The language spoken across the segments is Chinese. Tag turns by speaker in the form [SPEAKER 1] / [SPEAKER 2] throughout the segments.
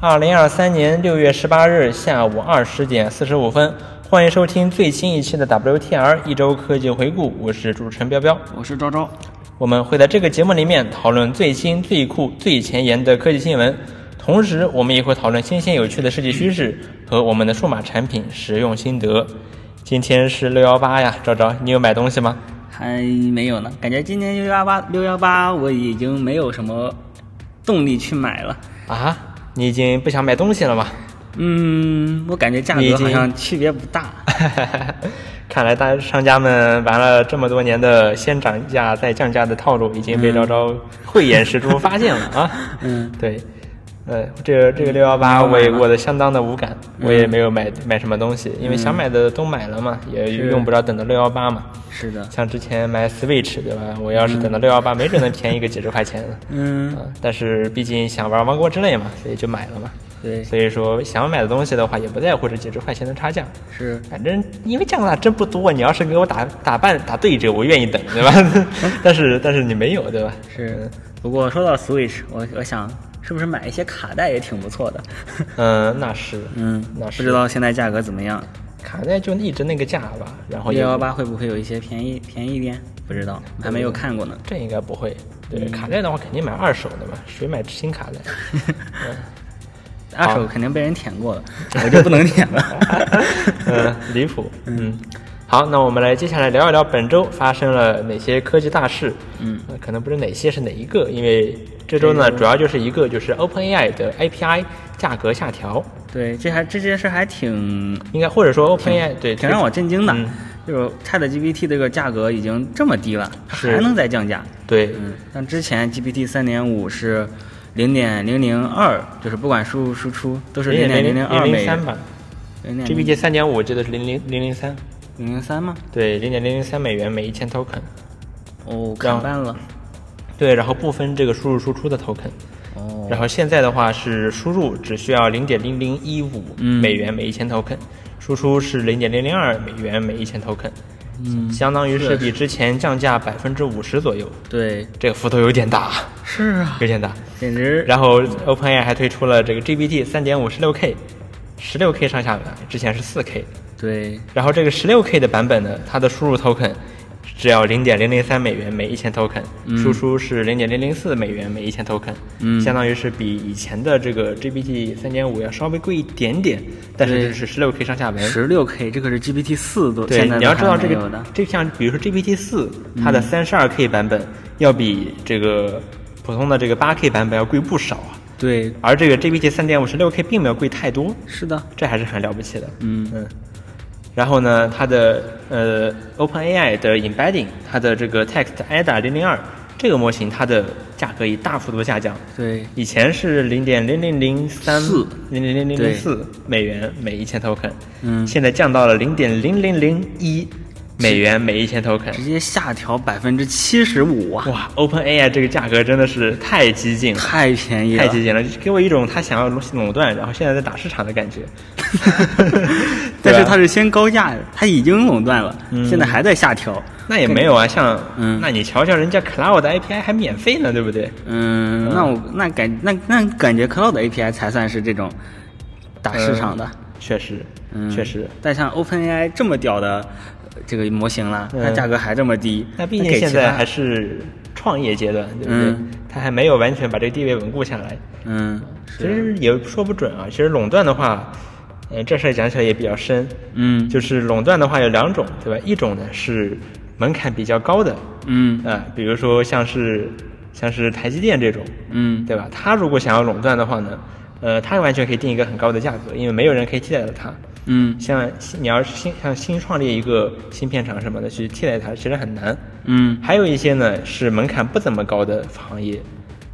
[SPEAKER 1] 二零二三年六月十八日下午二十点四十五分，欢迎收听最新一期的 WTR 一周科技回顾，我是主持人彪彪。
[SPEAKER 2] 我是昭昭。
[SPEAKER 1] 我们会在这个节目里面讨论最新、最酷、最前沿的科技新闻，同时我们也会讨论新鲜有趣的世界趋势和我们的数码产品使用心得。今天是六幺八呀，昭昭，你有买东西吗？
[SPEAKER 2] 还没有呢，感觉今年六幺八六幺八我已经没有什么动力去买了。
[SPEAKER 1] 啊，你已经不想买东西了吗？
[SPEAKER 2] 嗯，我感觉价
[SPEAKER 1] 你已
[SPEAKER 2] 格
[SPEAKER 1] 经
[SPEAKER 2] 好像区别不大。
[SPEAKER 1] 看来大商家们玩了这么多年的先涨价再降价的套路，已经被昭昭慧眼识珠发现了啊！
[SPEAKER 2] 嗯，
[SPEAKER 1] 对，呃，这个这个六幺八，
[SPEAKER 2] 你有
[SPEAKER 1] 我
[SPEAKER 2] 买
[SPEAKER 1] 也
[SPEAKER 2] 吗
[SPEAKER 1] 我的相当的无感，
[SPEAKER 2] 嗯
[SPEAKER 1] 我也没有买买什么东西，因为想买的都买了嘛，也
[SPEAKER 2] 是
[SPEAKER 1] 用不着等到六幺八嘛。
[SPEAKER 2] 是嗯的。
[SPEAKER 1] 像之前买 Switch 对吧？我要是等到六幺八，没准能便宜个几十块钱 呢。
[SPEAKER 2] 嗯，
[SPEAKER 1] 啊但是毕竟想玩《王国之泪》嘛，所以就买了嘛。
[SPEAKER 2] 对，
[SPEAKER 1] 所以说想买的东西的话，也不在乎这几十块钱的差价。
[SPEAKER 2] 是。
[SPEAKER 1] 反正因为降价真不多，你要是给我打打半打对折，我愿意等，对吧？ 但是但是你没有，对吧？
[SPEAKER 2] 是，不过说到 Switch，我我想是不是买一些卡带也挺不错的？
[SPEAKER 1] 嗯，那是，
[SPEAKER 2] 嗯，
[SPEAKER 1] 那
[SPEAKER 2] 不
[SPEAKER 1] 是
[SPEAKER 2] 知道现在价格怎么样？
[SPEAKER 1] 卡带就一直那个价吧，然后
[SPEAKER 2] 六
[SPEAKER 1] 也
[SPEAKER 2] 幺八会不会哦有一些便宜便宜一点？不知道，还没有看过呢。
[SPEAKER 1] 这应该不会。对，
[SPEAKER 2] 嗯
[SPEAKER 1] 卡带的话肯定买二手的嘛，谁买新卡 带？
[SPEAKER 2] 二手肯定被人舔过了，我就不能舔 了。
[SPEAKER 1] 嗯，离谱。嗯，好，那我们来接下来聊一聊本周发生了哪些科技大事。嗯，可能不是哪些，是哪一个？因为这周呢，主要就是一个，就是 OpenAI 的 API 价格下调，
[SPEAKER 2] 对，这还这件事还挺
[SPEAKER 1] 应该或者说 OpenAI 对
[SPEAKER 2] 挺让我震惊的，
[SPEAKER 1] 嗯
[SPEAKER 2] 就是 Chat GPT 这个价格已经这么低了，
[SPEAKER 1] 是
[SPEAKER 2] 它还能再降价。
[SPEAKER 1] 对
[SPEAKER 2] 嗯，像之前 GPT 三点五是零点零零二，就是不管输入输出都是零点零
[SPEAKER 1] 零
[SPEAKER 2] 二嗯
[SPEAKER 1] 零
[SPEAKER 2] 每
[SPEAKER 1] 三吧
[SPEAKER 2] 零点
[SPEAKER 1] ，GPT 三点五记得是零零零零三，
[SPEAKER 2] 零零三吗？
[SPEAKER 1] 对，零点零零三美元每一千 token。
[SPEAKER 2] 哦，
[SPEAKER 1] 然
[SPEAKER 2] 砍半了。
[SPEAKER 1] 对，然后不分这个输入输出的 token。
[SPEAKER 2] 哦，
[SPEAKER 1] 然后现在的话是输入只需要零点零零一五
[SPEAKER 2] 嗯
[SPEAKER 1] 美元每一千 token，、输出是零点零零二美元每一千 token，嗯，相当于是比之前降价百分之五十左右，
[SPEAKER 2] 对，
[SPEAKER 1] 这个幅度有点大，
[SPEAKER 2] 是啊，
[SPEAKER 1] 有点大。
[SPEAKER 2] 简直
[SPEAKER 1] 然后 OpenAI 还推出了这个 GPT 三点五十六 K，十六 K 上下版，之前是四 K，
[SPEAKER 2] 对，
[SPEAKER 1] 然后这个十六 K 的版本呢，它的输入 token 只要零点零零三美元每一千 token，、输出是零点零零四美元每一千 token，、
[SPEAKER 2] 嗯
[SPEAKER 1] 相当于是比以前的这个 GPT 三点五要稍微贵一点点，但是
[SPEAKER 2] 对
[SPEAKER 1] 这是十六 K 上下文。
[SPEAKER 2] 十六 K 这可是 GPT 四都
[SPEAKER 1] 哎对
[SPEAKER 2] 现，在
[SPEAKER 1] 你
[SPEAKER 2] 都
[SPEAKER 1] 要知
[SPEAKER 2] 还
[SPEAKER 1] 道这
[SPEAKER 2] 没有嗯
[SPEAKER 1] 个
[SPEAKER 2] 的，
[SPEAKER 1] 这像比如说 GPT 四，它的三十二 K 版本要比这个普通的这个八 K 版本要贵不少啊，
[SPEAKER 2] 对，
[SPEAKER 1] 而这个 GPT 三点五十六 K 并没有贵太多，
[SPEAKER 2] 是的，
[SPEAKER 1] 这还是很了不起的。
[SPEAKER 2] 嗯
[SPEAKER 1] 然后呢，它的呃 OpenAI 的 Embedding，它的这个 Text ADA 零零二这个模型，它的价格也大幅度下降。
[SPEAKER 2] 对，
[SPEAKER 1] 以前是零点零零零三
[SPEAKER 2] 四
[SPEAKER 1] 零零零零零
[SPEAKER 2] 对
[SPEAKER 1] 四美元每一千 token，
[SPEAKER 2] 嗯
[SPEAKER 1] 现在降到了零点零零零一美元每一千 token
[SPEAKER 2] 直。接下调百分之七十五啊，
[SPEAKER 1] 哇，OpenAI 这个价格真的是太激进 了。
[SPEAKER 2] 太便宜
[SPEAKER 1] 嗯
[SPEAKER 2] 了，。
[SPEAKER 1] 太激进了，给我一种他想要垄垄断，然后现在在打市场的感觉 对
[SPEAKER 2] 但是
[SPEAKER 1] 吧嗯
[SPEAKER 2] 它是先高价，它已经垄断了，现在还在下调。
[SPEAKER 1] 那也没有啊，像，
[SPEAKER 2] 嗯
[SPEAKER 1] 那你瞧瞧人家 Cloud 的 API 还免费呢，对不对？
[SPEAKER 2] 嗯，那我那感那那感觉 Cloud API 才算是这种打市场的，
[SPEAKER 1] 确实，
[SPEAKER 2] 嗯，
[SPEAKER 1] 确实。。
[SPEAKER 2] 但像 OpenAI 这么屌的呃这个模型了，它
[SPEAKER 1] 嗯
[SPEAKER 2] 价格还这么低，
[SPEAKER 1] 那毕竟
[SPEAKER 2] 给
[SPEAKER 1] 现
[SPEAKER 2] 其
[SPEAKER 1] 在
[SPEAKER 2] 他
[SPEAKER 1] 还是创业阶段，对不对
[SPEAKER 2] 嗯？
[SPEAKER 1] 它还没有完全把这个地位稳固下来，
[SPEAKER 2] 嗯
[SPEAKER 1] 其实也说不准啊。其实垄断的话，呃，这事儿讲起来也比较深。
[SPEAKER 2] 嗯
[SPEAKER 1] 就是垄断的话有两种，对吧？一种呢是门槛比较高的，
[SPEAKER 2] 嗯
[SPEAKER 1] 啊，比如说像是像是台积电这种，
[SPEAKER 2] 嗯
[SPEAKER 1] 对吧？它如果想要垄断的话呢，呃，它完全可以定一个很高的价格，因为没有人可以替代到它。
[SPEAKER 2] 嗯
[SPEAKER 1] 像你要是新像新创立一个芯片厂什么的去替代它，其实很难。
[SPEAKER 2] 嗯
[SPEAKER 1] 还有一些呢是门槛不怎么高的行业，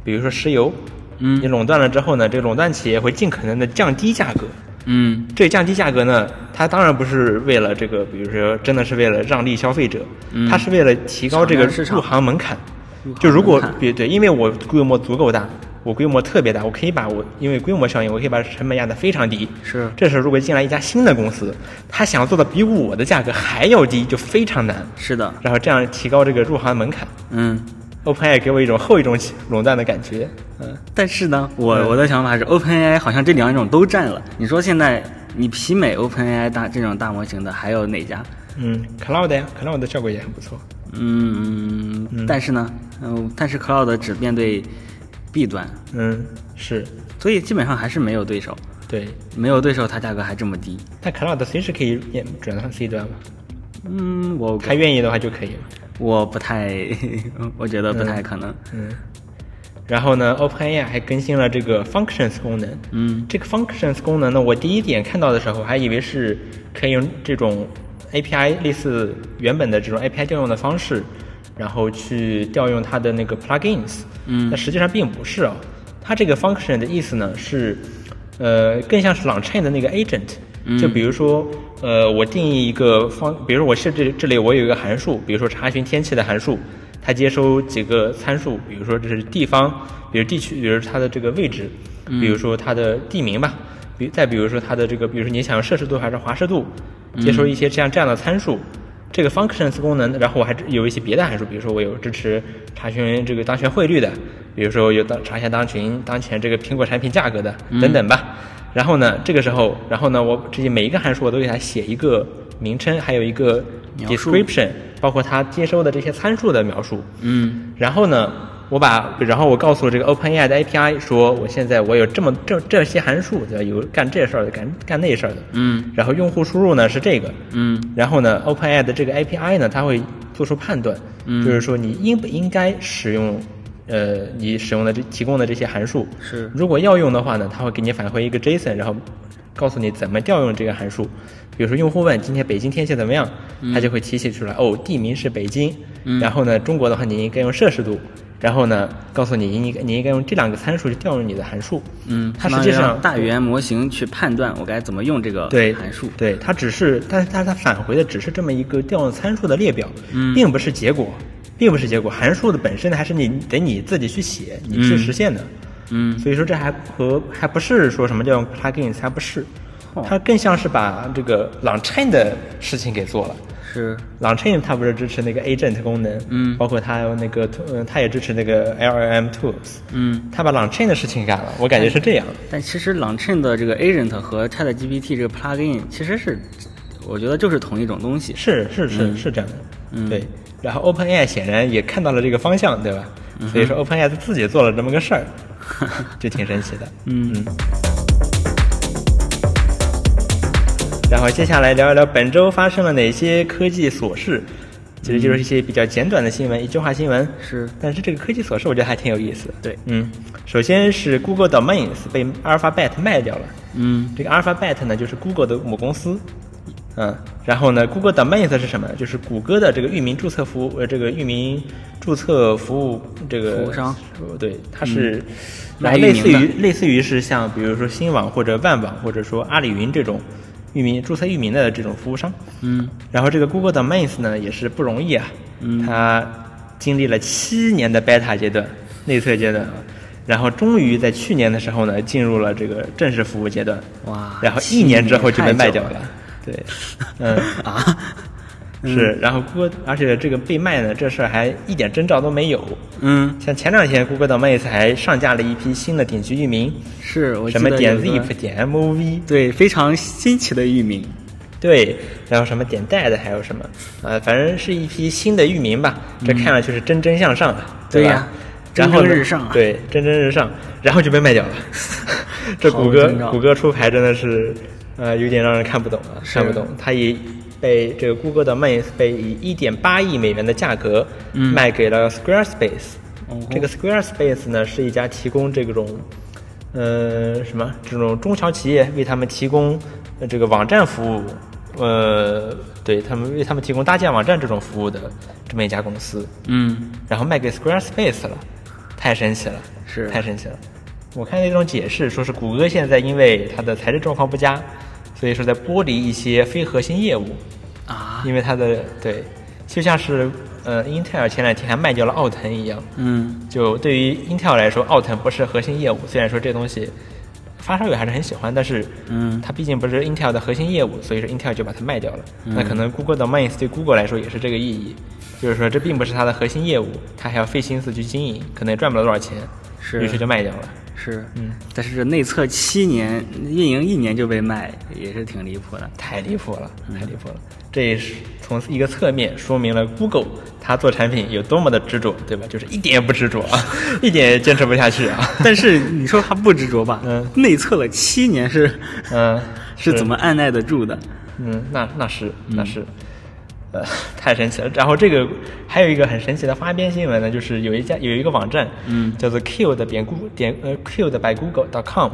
[SPEAKER 1] 比如说石油，
[SPEAKER 2] 嗯
[SPEAKER 1] 你垄断了之后呢，这个垄断企业会尽可能的降低价格。
[SPEAKER 2] 嗯
[SPEAKER 1] 这降低价格呢，它当然不是为了这个，比如说真的是为了让利消费者，
[SPEAKER 2] 嗯
[SPEAKER 1] 它是为了提高这个
[SPEAKER 2] 抢占市场
[SPEAKER 1] 入行门槛
[SPEAKER 2] 入。行
[SPEAKER 1] 就如果
[SPEAKER 2] 门槛
[SPEAKER 1] 对对，因为我规模足够大，我规模特别大，我可以把我因为规模效应，我可以把成本压得非常低。
[SPEAKER 2] 是
[SPEAKER 1] 这时候如果进来一家新的公司，他想做的比我的价格还要低，就非常难。
[SPEAKER 2] 是的，啊
[SPEAKER 1] 然后这样提高这个入行门槛。
[SPEAKER 2] 嗯
[SPEAKER 1] OpenAI 给我一种后一种垄断的感觉。嗯，
[SPEAKER 2] 但是呢，我、我的想法是，OpenAI 好像这两种都占了。你说现在你媲美 OpenAI 大这种大模型的还有哪家？
[SPEAKER 1] 嗯，Cloud 呀，Cloud 的效果也很不错。
[SPEAKER 2] 嗯，嗯但是呢，嗯、但是 Cloud 只面对 B 端，
[SPEAKER 1] 嗯，是
[SPEAKER 2] 所以基本上还是没有对手，
[SPEAKER 1] 对，
[SPEAKER 2] 没有对手它价格还这么低。
[SPEAKER 1] 但 Cloud 随时可以演转到 C 端嘛，
[SPEAKER 2] 嗯，我
[SPEAKER 1] 他愿意的话就可以了。
[SPEAKER 2] 我不太， 我觉得不太可能。
[SPEAKER 1] 嗯，然后呢，OpenAI 还更新了这个 Functions 功能。
[SPEAKER 2] 嗯，
[SPEAKER 1] 这个 Functions 功能呢，我第一点看到的时候，还以为是可以用这种 API 类似原本的这种 API 调用的方式，然后去调用它的那个 plugins。
[SPEAKER 2] 嗯
[SPEAKER 1] 但实际上并不是啊、它这个 function 的意思呢是，呃，更像是 LangChain 的那个 agent。
[SPEAKER 2] 嗯
[SPEAKER 1] 就比如说，呃，我定义一个方，比如说我设置这里我有一个函数，比如说查询天气的函数，它接收几个参数，比如说这是地方，比如地区，比如它的这个位置，比如说它的地名吧，比再比如说它的这个，比如说你想要摄氏度还是华氏度，接
[SPEAKER 2] 嗯
[SPEAKER 1] 收一些这样这样的参数。这个 functions 功能，然后我还有一些别的函数，比如说我有支持查询这个当前汇率的，比如说有当查询当前当前这个苹果产品价格的
[SPEAKER 2] 嗯
[SPEAKER 1] 等等吧。然后呢，这个时候，然后呢，我这些每一个函数我都给它写一个名称，还有一个
[SPEAKER 2] 描述
[SPEAKER 1] description，包括它接收的这些参数的描述。
[SPEAKER 2] 嗯，
[SPEAKER 1] 然后呢，我把然后我告诉这个 OpenAI 的 API 说，我现在我有这么这这些函数，对吧？有干这事儿的，干干那事儿的。
[SPEAKER 2] 嗯
[SPEAKER 1] 然后用户输入呢是这个，
[SPEAKER 2] 嗯
[SPEAKER 1] 然后呢，OpenAI 的这个 API 呢，它会做出判断，
[SPEAKER 2] 嗯
[SPEAKER 1] 就是说你应不应该使用，呃，你使用的这提供的这些函数。
[SPEAKER 2] 是
[SPEAKER 1] 如果要用的话呢，它会给你返回一个 JSON，然后告诉你怎么调用这个函数。比如说用户问今天北京天气怎么样，它就会提醒出来，哦，地名是北京。
[SPEAKER 2] 嗯
[SPEAKER 1] 然后呢，中国的话你应该用摄氏度。然后呢，告诉你你应该你应该用这两个参数去调用你的函数。
[SPEAKER 2] 嗯，
[SPEAKER 1] 它实际
[SPEAKER 2] 相当于
[SPEAKER 1] 上
[SPEAKER 2] 让大语言模型去判断我该怎么用这个
[SPEAKER 1] 对
[SPEAKER 2] 函数。
[SPEAKER 1] 对，它只是，但是它它返回的只是这么一个调用参数的列表，
[SPEAKER 2] 嗯
[SPEAKER 1] 并不是结果，并不是结果，函数的本身还是你得你自己去写，你去
[SPEAKER 2] 嗯
[SPEAKER 1] 实现的。
[SPEAKER 2] 嗯
[SPEAKER 1] 所以说这还和还不是说什么叫用 plugins，还不是，
[SPEAKER 2] 哦
[SPEAKER 1] 它更像是把这个 LangChain 的事情给做了。
[SPEAKER 2] 是
[SPEAKER 1] LangChain 它不是支持那个 agent 功能，
[SPEAKER 2] 嗯
[SPEAKER 1] 包括它有那个，嗯，它也支持那个 LLM tools，
[SPEAKER 2] 嗯，
[SPEAKER 1] 它把 LangChain 的事情干了，我感觉是这样。
[SPEAKER 2] 但其实 LangChain 的这个 agent 和 ChatGPT 这个 plugin 其实是，我觉得就是同一种东西。
[SPEAKER 1] 是是是、是这样的，对。然后 OpenAI 显然也看到了这个方向，对吧？所以说 OpenAI 自己做了这么个事儿，就挺神奇的。
[SPEAKER 2] 嗯
[SPEAKER 1] 然后接下来聊一聊本周发生了哪些科技琐事，其实就是一些比较简短的新闻，一句话新闻。
[SPEAKER 2] 是
[SPEAKER 1] 但是这个科技琐事我觉得还挺有意思的。
[SPEAKER 2] 对
[SPEAKER 1] 嗯，首先是 Google Domains 被 Alphabet 卖掉了。
[SPEAKER 2] 嗯
[SPEAKER 1] 这个 Alphabet 呢，就是 Google 的母公司，嗯，然后呢，Google Domains 是什么？就是谷歌的这个域名注册服务，呃，这个域名注册服务这个
[SPEAKER 2] 服务商，
[SPEAKER 1] 对，它是，
[SPEAKER 2] 卖
[SPEAKER 1] 然后类
[SPEAKER 2] 域
[SPEAKER 1] 似
[SPEAKER 2] 名的
[SPEAKER 1] 于类似于是像比如说新网或者万网或者说阿里云这种域名注册域名的这种服务商，
[SPEAKER 2] 嗯
[SPEAKER 1] 然后这个 Google Domains 呢也是不容易啊，
[SPEAKER 2] 嗯
[SPEAKER 1] 它经历了七年的 beta 阶段、内测阶段，然后终于在去年的时候呢进入了这个正式服务阶段。
[SPEAKER 2] 哇
[SPEAKER 1] 然后一年之后就被卖掉
[SPEAKER 2] 七年
[SPEAKER 1] 了。对，嗯，
[SPEAKER 2] 啊，
[SPEAKER 1] 是。然后 Google，而且这个被卖呢，这事儿还一点征兆都没有。
[SPEAKER 2] 嗯
[SPEAKER 1] 像前两天 Google Domains 还上架了一批新的顶级域名，
[SPEAKER 2] 是我记
[SPEAKER 1] 什
[SPEAKER 2] 得
[SPEAKER 1] 么点
[SPEAKER 2] 有个
[SPEAKER 1] zip 点 mov，
[SPEAKER 2] 对非常新奇的域名。
[SPEAKER 1] 对，然后什么点 dad 还有什么，呃，反正是一批新的域名吧。这看上去是蒸蒸向上的，
[SPEAKER 2] 嗯对
[SPEAKER 1] 吧
[SPEAKER 2] 呀
[SPEAKER 1] 然后呢
[SPEAKER 2] 蒸蒸日上啊
[SPEAKER 1] 对，蒸蒸日上，然后就被卖掉了。 这
[SPEAKER 2] 毫无
[SPEAKER 1] 谷歌
[SPEAKER 2] 征兆
[SPEAKER 1] 谷歌出牌真的是，呃，有点让人看不懂啊，
[SPEAKER 2] 是
[SPEAKER 1] 看不懂。它以被这个谷歌的 Mains 被以一点八亿美元的价格
[SPEAKER 2] 嗯
[SPEAKER 1] 卖给了 Squarespace。
[SPEAKER 2] 哦吼
[SPEAKER 1] 这个 Squarespace 呢是一家提供这种，呃，什么这种中小企业为他们提供呃这个网站服务，呃，对他们为他们提供搭建网站这种服务的这么一家公司，
[SPEAKER 2] 嗯
[SPEAKER 1] 然后卖给 Squarespace 了，太神奇了，
[SPEAKER 2] 是
[SPEAKER 1] 太神奇了。我看那种解释说是谷歌现在因为它的财政状况不佳，所以说在剥离一些非核心业务，
[SPEAKER 2] 啊
[SPEAKER 1] 因为它的对，就像是呃英特尔前两天还卖掉了奥腾一样，
[SPEAKER 2] 嗯
[SPEAKER 1] 就对于 Intel 来说，奥腾不是核心业务，虽然说这东西，发烧友还是很喜欢，但是
[SPEAKER 2] 嗯
[SPEAKER 1] 它毕竟不是 Intel 的核心业务，所以说 Intel 就把它卖掉了。
[SPEAKER 2] 嗯
[SPEAKER 1] 那可能 Google Domains 对 Google 来说也是这个意义，就是说这并不是它的核心业务，它还要费心思去经营，可能也赚不了多少钱，
[SPEAKER 2] 是
[SPEAKER 1] 于是就卖掉了。
[SPEAKER 2] 是，
[SPEAKER 1] 嗯，
[SPEAKER 2] 但是这内测七年运营一年就被卖，也是挺 离谱的。
[SPEAKER 1] 太离谱了，
[SPEAKER 2] 嗯
[SPEAKER 1] 太离谱了！这也是从一个侧面说明了 Google 它做产品有多么的执着，对吧？就是一点也不执着 啊，一点也坚持不下去啊。
[SPEAKER 2] 但是你说他不执着吧？
[SPEAKER 1] 嗯，
[SPEAKER 2] 内测了七年是
[SPEAKER 1] 嗯，
[SPEAKER 2] 是怎么按耐得住的？
[SPEAKER 1] 嗯，那那是那是，呃，太神奇了。然后这个还有一个很神奇的花边新闻呢，就是有一家有一个网站，
[SPEAKER 2] 嗯
[SPEAKER 1] 叫做 Q 的点 g 点呃 Q 的 by Google dot com，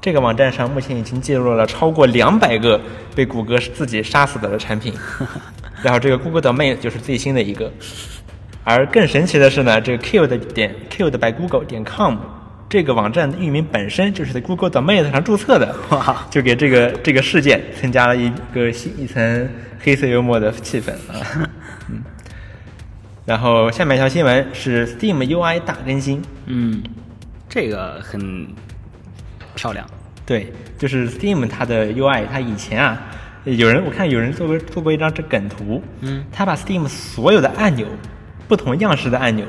[SPEAKER 1] 这个网站上目前已经记录了超过两百个被谷歌自己杀死的产品，然后这个 Google Domain 就是最新的一个。而更神奇的是呢，这个 Q 的点 Q 的 by Google 点 com 这个网站的域名本身就是在 Google Domain 上注册的，
[SPEAKER 2] 哇
[SPEAKER 1] 就给这个这个事件增加了一个新一层黑色幽默的气氛啊。嗯，然后下面一条新闻是 Steam UI 大更新，
[SPEAKER 2] 嗯，这个很漂亮。
[SPEAKER 1] 对，就是 Steam 它的 UI，它以前啊，有人我看有人做过做过一张这梗图，
[SPEAKER 2] 嗯，
[SPEAKER 1] 他把 Steam 所有的按钮，不同样式的按钮，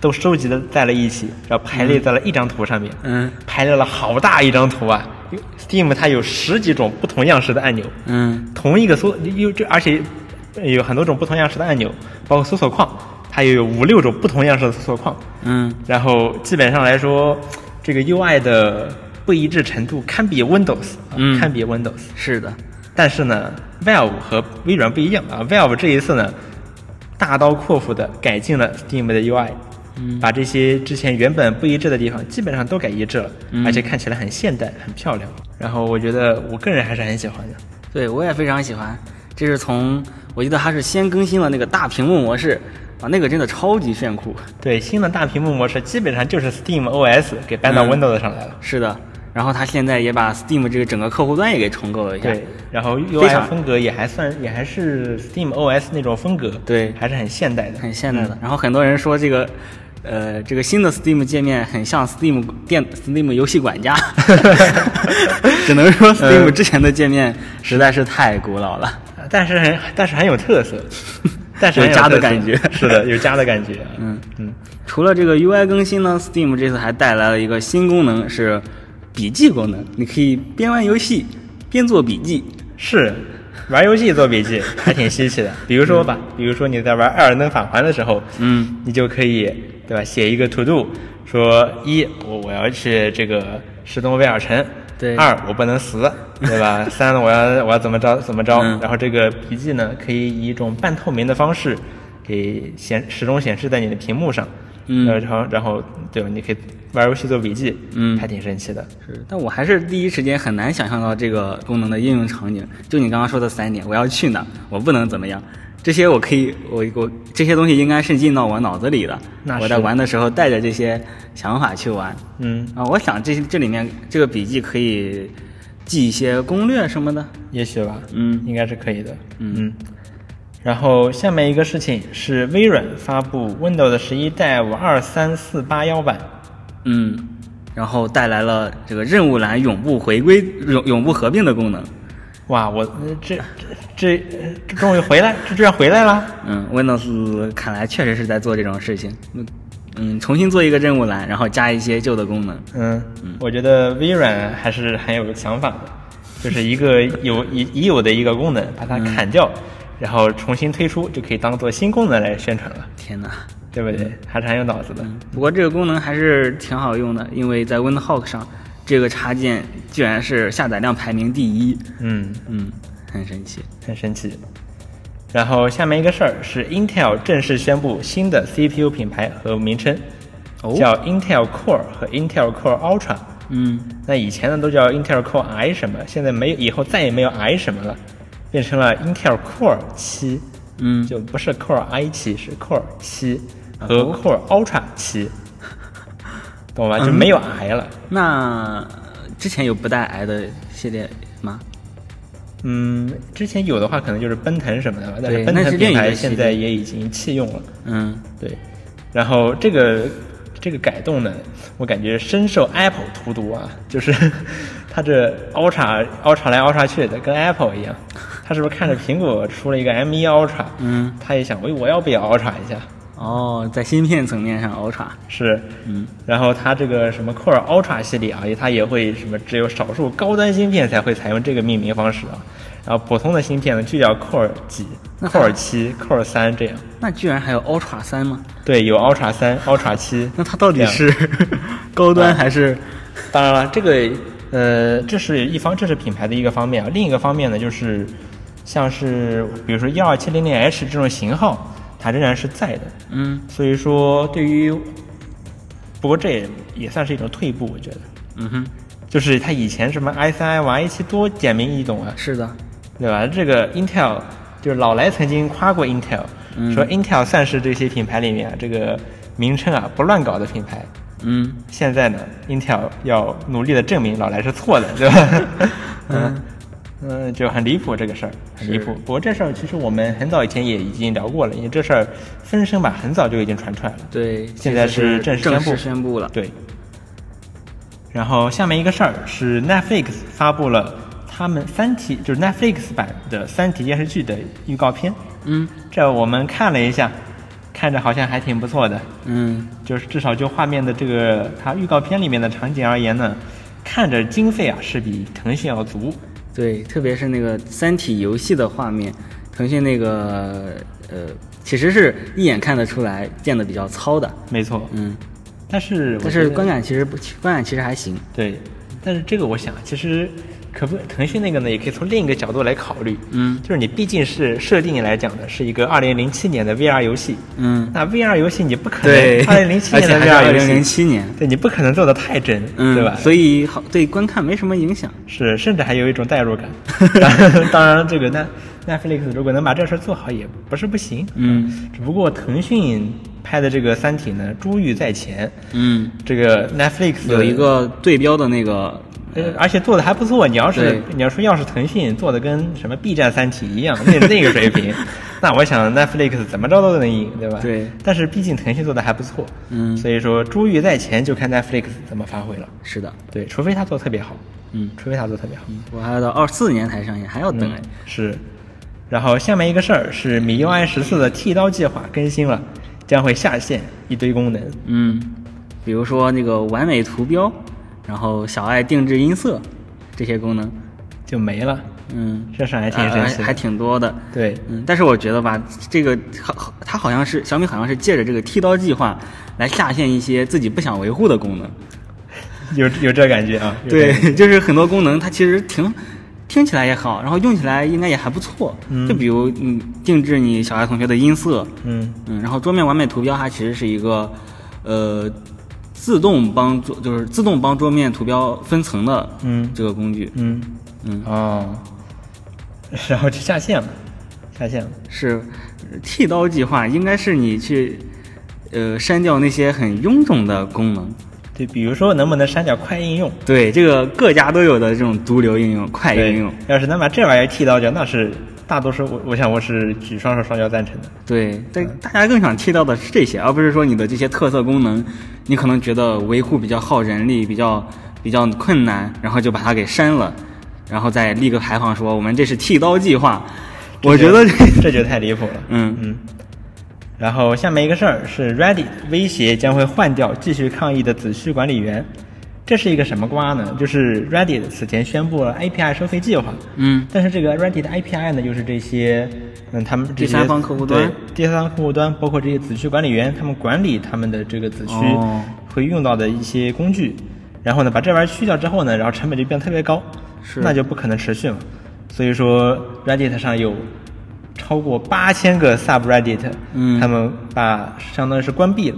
[SPEAKER 1] 都收集的在了一起，然后排列在了一张图上面，
[SPEAKER 2] 嗯
[SPEAKER 1] 排列了好大一张图啊因为，Steam 它有十几种不同样式的按钮，
[SPEAKER 2] 嗯
[SPEAKER 1] 同一个搜有这而且有很多种不同样式的按钮，包括搜索框，它也有五六种不同样式的搜索框，
[SPEAKER 2] 嗯，
[SPEAKER 1] 然后基本上来说，这个 UI 的不一致程度堪比 Windows，、啊
[SPEAKER 2] 嗯
[SPEAKER 1] 堪比 Windows。
[SPEAKER 2] 是的，
[SPEAKER 1] 但是呢，Valve 和微软不一样啊，Valve 这一次呢，大刀阔斧的改进了 Steam 的 UI，、把
[SPEAKER 2] 嗯
[SPEAKER 1] 这些之前原本不一致的地方基本上都改一致了，
[SPEAKER 2] 嗯
[SPEAKER 1] 而且看起来很现代、很漂亮。然后我觉得我个人还是很喜欢的。
[SPEAKER 2] 对我也非常喜欢。这是从我记得它是先更新了那个大屏幕模式，啊，那个真的超级炫酷。
[SPEAKER 1] 对，新的大屏幕模式基本上就是 Steam OS 给搬到
[SPEAKER 2] 嗯
[SPEAKER 1] Windows 上来了。
[SPEAKER 2] 是的，然后它现在也把 Steam 这个整个客户端也给重构了一下。
[SPEAKER 1] 对，然后
[SPEAKER 2] 非
[SPEAKER 1] UI
[SPEAKER 2] 常
[SPEAKER 1] 风格也还算，也还是 Steam OS 那种风格，
[SPEAKER 2] 对
[SPEAKER 1] 还是很现代的。
[SPEAKER 2] 很现代的。然后很多人说这个，呃，这个新的 Steam 界面很像 Steam 电 Steam 游戏管 家，只能说 Steam 之前的界面实在是太古老了。
[SPEAKER 1] 嗯但是很，但是很有特 色，但是很
[SPEAKER 2] 有家
[SPEAKER 1] 特
[SPEAKER 2] 的
[SPEAKER 1] 色
[SPEAKER 2] 感觉
[SPEAKER 1] 是的，有家的感觉。
[SPEAKER 2] 嗯
[SPEAKER 1] 嗯，
[SPEAKER 2] 除了这个 UI 更新呢，Steam 这次还带来了一个新功能是笔记功能，你可以边玩游戏边做笔记。
[SPEAKER 1] 是玩游戏做笔记还挺稀奇的。比如说吧，比如说你在玩《艾尔登法环》的时候，
[SPEAKER 2] 嗯，
[SPEAKER 1] 你就可以对吧，写一个 to do，说一我我要去这个施东威尔城，
[SPEAKER 2] 对
[SPEAKER 1] 二我不能死，对吧？三我要我要怎么着怎么着，
[SPEAKER 2] 嗯
[SPEAKER 1] 然后这个笔记呢，可以以一种半透明的方式给显始终显示在你的屏幕上，呃
[SPEAKER 2] 嗯
[SPEAKER 1] 然后然后对吧？你可以玩游戏做笔记，
[SPEAKER 2] 嗯
[SPEAKER 1] 还挺神奇的。
[SPEAKER 2] 是，但我还是第一时间很难想象到这个功能的应用场景。就你刚刚说的三点，我要去哪儿，我不能怎么样，这些我可以，我我这些东西应该是进到我脑子里的。
[SPEAKER 1] 那
[SPEAKER 2] 我在
[SPEAKER 1] 是
[SPEAKER 2] 玩的时候带着这些想法去玩。
[SPEAKER 1] 嗯，
[SPEAKER 2] 啊，我想这这里面这个笔记可以记一些攻略什么的。
[SPEAKER 1] 也许吧，
[SPEAKER 2] 嗯
[SPEAKER 1] 应该是可以的，嗯。然后下面一个事情是微软发布 Windows 十一代五二三四八幺版，
[SPEAKER 2] 嗯，然后带来了这个任务栏永不回归、永永不合并的功能。
[SPEAKER 1] 哇，我呃这这这这终于回来，这居然回来了，
[SPEAKER 2] 嗯，Windows 看来确实是在做这种事情。嗯嗯，重新做一个任务栏，然后加一些旧的功能。
[SPEAKER 1] 嗯，我觉得微软还是很有想法的，就是一 个有已已有的一个功能把它砍掉，然后重新推出，就可以当做新功能来宣传了，
[SPEAKER 2] 天哪！
[SPEAKER 1] 对不对？还是很有脑子的，
[SPEAKER 2] 不过这个功能还是挺好用的，因为在 Windhawk 上，这个插件居然是下载量排名第一。
[SPEAKER 1] 嗯
[SPEAKER 2] 嗯，很神奇。
[SPEAKER 1] 很神奇。然后下面一个事儿是 Intel 正式宣布新的 CPU 品牌和名称，
[SPEAKER 2] 哦
[SPEAKER 1] 叫 Intel Core 和 Intel Core Ultra。
[SPEAKER 2] 嗯
[SPEAKER 1] 那以前呢都叫 Intel Core i 什么，现在没有，以后再也没有 i 什么了，变成了 Intel Core 七，
[SPEAKER 2] 嗯，
[SPEAKER 1] 就不是 Core i 七，是 Core 七和
[SPEAKER 2] 哦
[SPEAKER 1] Core Ultra 七，懂吧？就没有 i 了。
[SPEAKER 2] 那之前有不带癌的系列吗？
[SPEAKER 1] 嗯，之前有的话可能就是奔腾什么的吧，但是
[SPEAKER 2] 对
[SPEAKER 1] 奔
[SPEAKER 2] 那
[SPEAKER 1] 腾
[SPEAKER 2] 是
[SPEAKER 1] 品
[SPEAKER 2] 另一
[SPEAKER 1] 牌
[SPEAKER 2] 个系
[SPEAKER 1] 现
[SPEAKER 2] 列
[SPEAKER 1] 在也已经弃用了。
[SPEAKER 2] 嗯
[SPEAKER 1] 对，然后这个这个改动呢，我感觉深受 Apple 荼毒啊，就是 它这凹叉凹叉来凹叉去的，跟 Apple 一样。他是不是看着苹果出了一个 M1 Ultra，
[SPEAKER 2] 嗯，
[SPEAKER 1] 他也想，喂，我要不也 Ultra 一下？
[SPEAKER 2] 哦，在芯片层面上，Ultra
[SPEAKER 1] 是，
[SPEAKER 2] 嗯，
[SPEAKER 1] 然后它这个什么酷尔 Ultra 系列啊，它也会什么只有少数高端芯片才会采用这个命名方式啊，然后普通的芯片呢就叫酷尔几、
[SPEAKER 2] 那
[SPEAKER 1] 酷
[SPEAKER 2] 它
[SPEAKER 1] 尔七、酷尔三这样。
[SPEAKER 2] 那居然还有 Ultra 三吗？
[SPEAKER 1] 对，有 Ultra 三、Ultra 七。
[SPEAKER 2] 那它到
[SPEAKER 1] 这
[SPEAKER 2] 底
[SPEAKER 1] 样啊
[SPEAKER 2] 是 高端还是？
[SPEAKER 1] 当然了，这个呃，这是一方，这是品牌的一个方面啊。另一个方面呢，就是像是比如说幺二七零零 H 这种型号，它仍然是在的。
[SPEAKER 2] 嗯
[SPEAKER 1] 所以说，对于不过这也也算是一种退步，我觉得，
[SPEAKER 2] 嗯哼，
[SPEAKER 1] 就是它以前什么 i 三 i 五 i 七多简明易懂啊，
[SPEAKER 2] 是的，
[SPEAKER 1] 对吧？这个 Intel 就是老来曾经夸过 Intel，、
[SPEAKER 2] 嗯
[SPEAKER 1] 说 Intel 算是这些品牌里面啊这个名称啊不乱搞的品牌。
[SPEAKER 2] 嗯，
[SPEAKER 1] 现在呢，Intel 要努力的证明老来是错的，对吧？嗯嗯，就很离谱这个事儿，很离谱。不过这事儿其实我们很早以前也已经聊过了，因为这事儿分身吧很早就已经传出来了。
[SPEAKER 2] 对，
[SPEAKER 1] 现在是
[SPEAKER 2] 这
[SPEAKER 1] 正
[SPEAKER 2] 个
[SPEAKER 1] 式宣
[SPEAKER 2] 是正
[SPEAKER 1] 布
[SPEAKER 2] 式宣布了。
[SPEAKER 1] 对。然后下面一个事儿是 Netflix 发布了他们《三体》就是 Netflix 版的《三体》电视剧的预告片，
[SPEAKER 2] 嗯
[SPEAKER 1] 这我们看了一下，看着好像还挺不错的，
[SPEAKER 2] 嗯，
[SPEAKER 1] 就是至少就画面的这个它预告片里面的场景而言呢，看着经费啊是比腾讯要足，
[SPEAKER 2] 对，特别是那个《三体》游戏的画面，腾讯那个呃，其实是一眼看得出来建的比较糙的。
[SPEAKER 1] 没错。
[SPEAKER 2] 嗯，
[SPEAKER 1] 但是我
[SPEAKER 2] 但
[SPEAKER 1] 觉
[SPEAKER 2] 是
[SPEAKER 1] 得
[SPEAKER 2] 观感其实不，观感其实还行。
[SPEAKER 1] 对，但是这个我想其实可不腾讯那个呢，也可以从另一个角度来考虑，
[SPEAKER 2] 嗯
[SPEAKER 1] 就是你毕竟是设定来讲的是一个二零零七年的 VR 游戏，
[SPEAKER 2] 嗯，
[SPEAKER 1] 那 VR 游戏你不可
[SPEAKER 2] 对
[SPEAKER 1] 能，二零零七
[SPEAKER 2] 而
[SPEAKER 1] 年
[SPEAKER 2] 且
[SPEAKER 1] 的
[SPEAKER 2] 还是
[SPEAKER 1] VR
[SPEAKER 2] 二
[SPEAKER 1] 游
[SPEAKER 2] 零
[SPEAKER 1] 戏，
[SPEAKER 2] 零七年，
[SPEAKER 1] 对你不可能做的太真，
[SPEAKER 2] 嗯，
[SPEAKER 1] 对吧？
[SPEAKER 2] 所以好对观看没什么影响。
[SPEAKER 1] 是，甚至还有一种代入 感。当然，这个那 Netflix 如果能把这事儿做好，也不是不行。
[SPEAKER 2] 嗯，
[SPEAKER 1] 只不过腾讯拍的这个《三体》呢，珠玉在前，
[SPEAKER 2] 嗯，
[SPEAKER 1] 这个 Netflix
[SPEAKER 2] 有一个对标的那个，
[SPEAKER 1] 呃，而且做的还不错。你要是
[SPEAKER 2] 对
[SPEAKER 1] 你要说要是腾讯做的跟什么 B 站《三体》一样，那那个水 平，那我想 Netflix 怎么着都能赢，对吧？
[SPEAKER 2] 对。
[SPEAKER 1] 但是毕竟腾讯做的还不错，
[SPEAKER 2] 嗯
[SPEAKER 1] 所以说珠玉在前，就看 Netflix 怎么发挥了。
[SPEAKER 2] 是的，
[SPEAKER 1] 对，除非他做的特别好，
[SPEAKER 2] 嗯，
[SPEAKER 1] 除非他做的特别好。
[SPEAKER 2] 我还要到二四年才上映，还要等哎。
[SPEAKER 1] 嗯是。然后下面一个事儿是米 UI 十四的剃刀计划更新了，将会下线一堆功能。
[SPEAKER 2] 嗯，比如说那个完美图标，然后小爱定制音色这些功能，
[SPEAKER 1] 就没了，
[SPEAKER 2] 嗯，
[SPEAKER 1] 这事儿还挺
[SPEAKER 2] 啊
[SPEAKER 1] 神奇的
[SPEAKER 2] 还挺多的。
[SPEAKER 1] 对，
[SPEAKER 2] 嗯，但是我觉得吧，这个好，它好像是小米，好像是借着这个剃刀计划来下线一些自己不想维护的功能。
[SPEAKER 1] 有有这感觉啊。有这感觉，
[SPEAKER 2] 对， 就是很多功能它其实挺听起来也好，然后用起来应该也还不错。
[SPEAKER 1] 嗯
[SPEAKER 2] 就比如你定制你小爱同学的音色，
[SPEAKER 1] 嗯，
[SPEAKER 2] 嗯，然后桌面完美图标它其实是一个，呃，自动帮桌就是自动帮桌面图标分层的，
[SPEAKER 1] 嗯
[SPEAKER 2] 这个工具，
[SPEAKER 1] 嗯
[SPEAKER 2] 嗯，
[SPEAKER 1] 哦，然后就下线了，下线了。
[SPEAKER 2] 是呃剃刀计划，应该是你去，呃，删掉那些很臃肿的功能。
[SPEAKER 1] 对，比如说能不能删掉快应用？
[SPEAKER 2] 对，这个各家都有的这种毒瘤应用、快
[SPEAKER 1] 对
[SPEAKER 2] 应用，
[SPEAKER 1] 要是能把这玩意儿剃刀掉，那是大多数我我想我是举双手双脚赞成的。
[SPEAKER 2] 对，但大家更想剃到的是这些，而不是说你的这些特色功能，你可能觉得维护比较耗人力，比较比较困难，然后就把它给删了，然后再立个牌坊说我们这是剃刀计划。
[SPEAKER 1] 这
[SPEAKER 2] 我觉
[SPEAKER 1] 就
[SPEAKER 2] 得这，
[SPEAKER 1] 这 就太离谱了。
[SPEAKER 2] 嗯
[SPEAKER 1] 嗯。然后下面一个事儿是 Reddit 威胁将会换掉继续抗议的子区管理员，这是一个什么瓜呢？就是 Reddit 此前宣布了 API 收费计划，
[SPEAKER 2] 嗯
[SPEAKER 1] 但是这个 Reddit 的 API 呢，就是这些嗯他们这些
[SPEAKER 2] 第三方客户端
[SPEAKER 1] 对第三方客户端包括这些子区管理员，他们管理他们的这个子区
[SPEAKER 2] 哦
[SPEAKER 1] 会用到的一些工具，然后呢把这玩意儿去掉之后呢，然后成本就变得特别高，
[SPEAKER 2] 是
[SPEAKER 1] 那就不可能持续嘛。所以说 Reddit 上有超过八千个 subreddit，
[SPEAKER 2] 嗯
[SPEAKER 1] 他们把相当于是关闭了，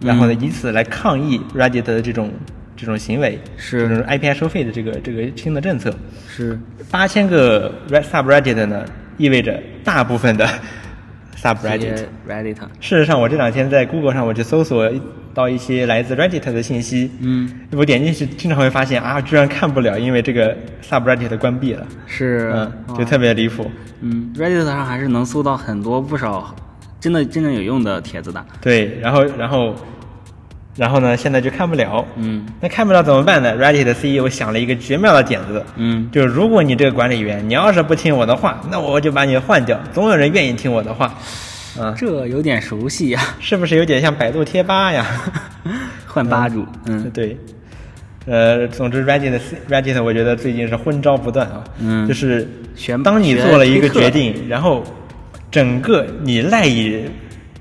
[SPEAKER 1] 然后呢以此来抗议 Reddit 的这种这种行为，
[SPEAKER 2] 是
[SPEAKER 1] 这种 API 收费的这个这个新的政策。
[SPEAKER 2] 是
[SPEAKER 1] 八千个 red subreddit 呢，意味着大部分的 subreddit。
[SPEAKER 2] Reddit，
[SPEAKER 1] 事实上，我这两天在 Google 上我去搜索到一些来自 Reddit 的信息，
[SPEAKER 2] 嗯，
[SPEAKER 1] 我点进去经常会发现啊，居然看不了，因为这个 subreddit 关闭了，
[SPEAKER 2] 是啊哦
[SPEAKER 1] 嗯，就特别离谱。
[SPEAKER 2] 嗯 Reddit 上还是能搜到很多不少真的真正有用的帖子的，
[SPEAKER 1] 对，然后然后然后呢，现在就看不了。
[SPEAKER 2] 嗯
[SPEAKER 1] 那看不了怎么办呢？Reddit 的 CEO 想了一个绝妙的点子，
[SPEAKER 2] 嗯
[SPEAKER 1] 就是如果你这个管理员，你要是不听我的话，那我就把你换掉，总有人愿意听我的话，啊，
[SPEAKER 2] 这有点熟悉呀、
[SPEAKER 1] 是不是有点像百度贴吧呀？
[SPEAKER 2] 换吧主，嗯
[SPEAKER 1] 对，呃，总之 Reddit 的 C- Reddit 我觉得最近是昏招不断啊，
[SPEAKER 2] 嗯
[SPEAKER 1] 就是
[SPEAKER 2] 选
[SPEAKER 1] 当你
[SPEAKER 2] 选
[SPEAKER 1] 做了一个
[SPEAKER 2] 推特
[SPEAKER 1] 决定，然后整个你赖以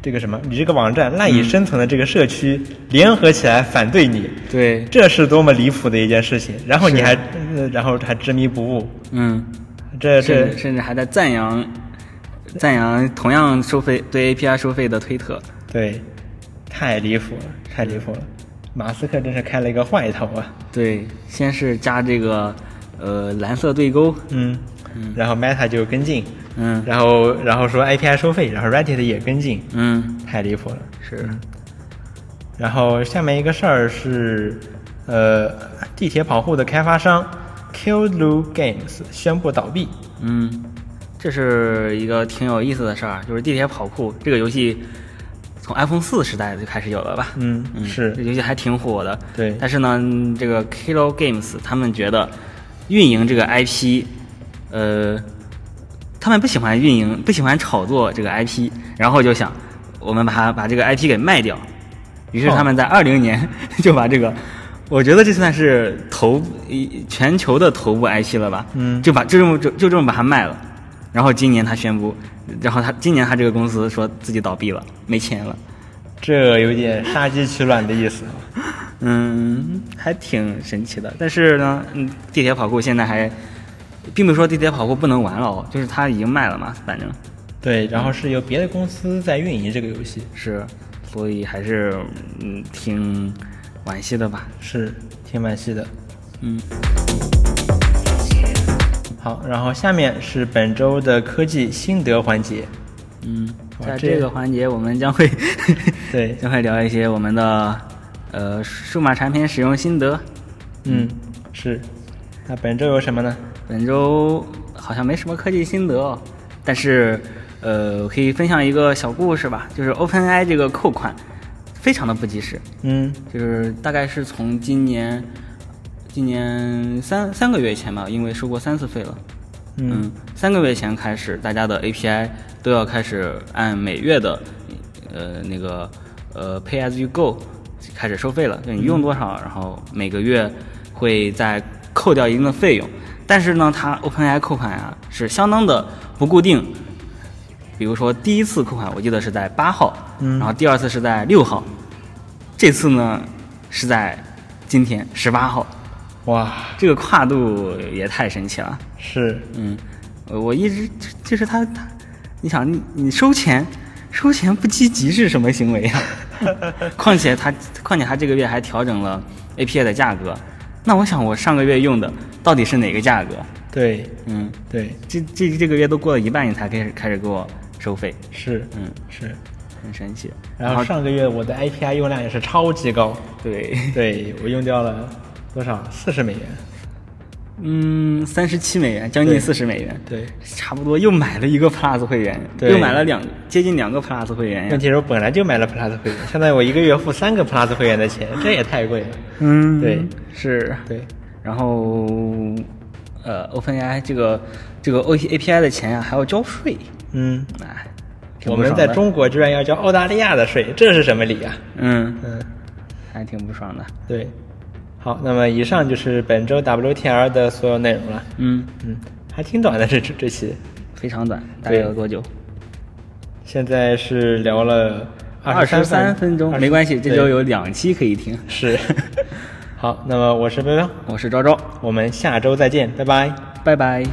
[SPEAKER 1] 这个什么，你这个网站赖以生存的这个社区联合起来反对你，
[SPEAKER 2] 对，
[SPEAKER 1] 这是多么离谱的一件事情！然后你
[SPEAKER 2] 是
[SPEAKER 1] 还，呃然后还执迷不悟，
[SPEAKER 2] 嗯，
[SPEAKER 1] 这这
[SPEAKER 2] 甚至甚至还在赞扬赞扬同样收费对 API 收费的推特，
[SPEAKER 1] 对，太离谱了，太离谱了！马斯克真是开了一个坏头啊！
[SPEAKER 2] 对，先是加这个呃蓝色对勾，
[SPEAKER 1] 嗯，然后 Meta 就跟进，
[SPEAKER 2] 嗯
[SPEAKER 1] 然后然后说 API 收费，然后 Reddit 也跟进，
[SPEAKER 2] 嗯
[SPEAKER 1] 太离谱了。
[SPEAKER 2] 是
[SPEAKER 1] 然后下面一个事儿是，呃，地铁跑酷的开发商 Killoo Games 宣布倒闭。
[SPEAKER 2] 嗯，这是一个挺有意思的事儿，啊就是地铁跑酷这个游戏从 iPhone 四时代就开始有了吧？
[SPEAKER 1] 嗯是
[SPEAKER 2] 这游戏还挺火的。
[SPEAKER 1] 对
[SPEAKER 2] 但是呢，嗯这个 Kilo Games 他们觉得运营这个 IP，呃，他们不喜欢运营，不喜欢炒作这个 IP，然后就想我们把它把这个 IP 给卖掉。于是
[SPEAKER 1] 哦
[SPEAKER 2] 他们在二零年 就把这个，我觉得这算是头一全球的头部 IP 了吧？
[SPEAKER 1] 嗯
[SPEAKER 2] 就把就这么就就这么把它卖了。然后今年他宣布，然后他今年他这个公司说自己倒闭了，没钱了。
[SPEAKER 1] 这有点杀鸡取卵的意思啊。
[SPEAKER 2] 嗯，还挺神奇的。但是呢，嗯，地铁跑酷现在还，并不是说地铁跑酷不能玩了哦，就是它已经卖了嘛，反正
[SPEAKER 1] 对，然后是由别的公司在运营这个游戏。
[SPEAKER 2] 是，所以还是嗯挺惋惜的吧。
[SPEAKER 1] 是挺惋惜的。
[SPEAKER 2] 嗯
[SPEAKER 1] 好，然后下面是本周的科技心得环节。
[SPEAKER 2] 嗯，
[SPEAKER 1] 哇
[SPEAKER 2] 在
[SPEAKER 1] 这
[SPEAKER 2] 这个环节我们将会
[SPEAKER 1] 对
[SPEAKER 2] 将会聊一些我们的呃数码产品使用心得。
[SPEAKER 1] 嗯，是。那本周有什么呢？
[SPEAKER 2] 本周好像没什么科技心得、哦，但是呃，我可以分享一个小故事吧，就是 OpenAI 这个扣款非常的不及时，
[SPEAKER 1] 嗯
[SPEAKER 2] 就是大概是从今年今年三三个月前吧，因为收过三次费了。
[SPEAKER 1] 嗯
[SPEAKER 2] 三个月前开始，大家的 API 都要开始按每月的，呃，那个呃 Pay as you go 开始收费了，就你用多
[SPEAKER 1] 嗯
[SPEAKER 2] 少，然后每个月会再扣掉一定的费用。但是呢，它 OpenAI 扣款啊是相当的不固定，比如说第一次扣款我记得是在八号，
[SPEAKER 1] 嗯
[SPEAKER 2] 然后第二次是在六号，这次呢是在今天十八号，
[SPEAKER 1] 哇，
[SPEAKER 2] 这个跨度也太神奇了。
[SPEAKER 1] 是
[SPEAKER 2] 嗯，我我一直就是他他，你想你你收钱，收钱不积极是什么行为呀、 况且他况且他这个月还调整了 API 的价格，那我想我上个月用的到底是哪个价格？
[SPEAKER 1] 对
[SPEAKER 2] 嗯，
[SPEAKER 1] 对
[SPEAKER 2] 这这这个月都过了一半，你才开始开始给我收费，
[SPEAKER 1] 是
[SPEAKER 2] 嗯，
[SPEAKER 1] 是。
[SPEAKER 2] 很神奇。
[SPEAKER 1] 然后上个月我的 API 用量也是超级 高，
[SPEAKER 2] 对，
[SPEAKER 1] 对我用掉了多少？四十美元。
[SPEAKER 2] 嗯，三十七美元，将
[SPEAKER 1] 对
[SPEAKER 2] 近四十美元，
[SPEAKER 1] 对，
[SPEAKER 2] 差不多又买了一个 Plus 会员，
[SPEAKER 1] 对
[SPEAKER 2] 又买了两接近两个 Plus 会哎员呀
[SPEAKER 1] 问。题是我本来就买了 Plus 会员，现在我一个月付三个 Plus 会员的钱，这也太贵了。
[SPEAKER 2] 嗯
[SPEAKER 1] 对，
[SPEAKER 2] 是，
[SPEAKER 1] 对，
[SPEAKER 2] 然后呃，OpenAI 这个这个 O API 的钱呀、啊还要交税，
[SPEAKER 1] 嗯，
[SPEAKER 2] 哎，挺
[SPEAKER 1] 我
[SPEAKER 2] 不
[SPEAKER 1] 们
[SPEAKER 2] 爽
[SPEAKER 1] 在
[SPEAKER 2] 的，
[SPEAKER 1] 中国居然要交澳大利亚的税，这是什么理啊？
[SPEAKER 2] 嗯，
[SPEAKER 1] 嗯，
[SPEAKER 2] 还挺不爽的，
[SPEAKER 1] 对。好，那么以上就是本周 WTR 的所有内容了。
[SPEAKER 2] 嗯，
[SPEAKER 1] 嗯，还挺短的这这这期，
[SPEAKER 2] 非常短，大概
[SPEAKER 1] 对
[SPEAKER 2] 有多久？
[SPEAKER 1] 现在是聊了
[SPEAKER 2] 二
[SPEAKER 1] 十
[SPEAKER 2] 三分钟，没关系，这周有两期可以听。
[SPEAKER 1] 是。 好，那么我是彪彪，
[SPEAKER 2] 我是昭昭，
[SPEAKER 1] 我们下周再见，拜拜。
[SPEAKER 2] 拜拜。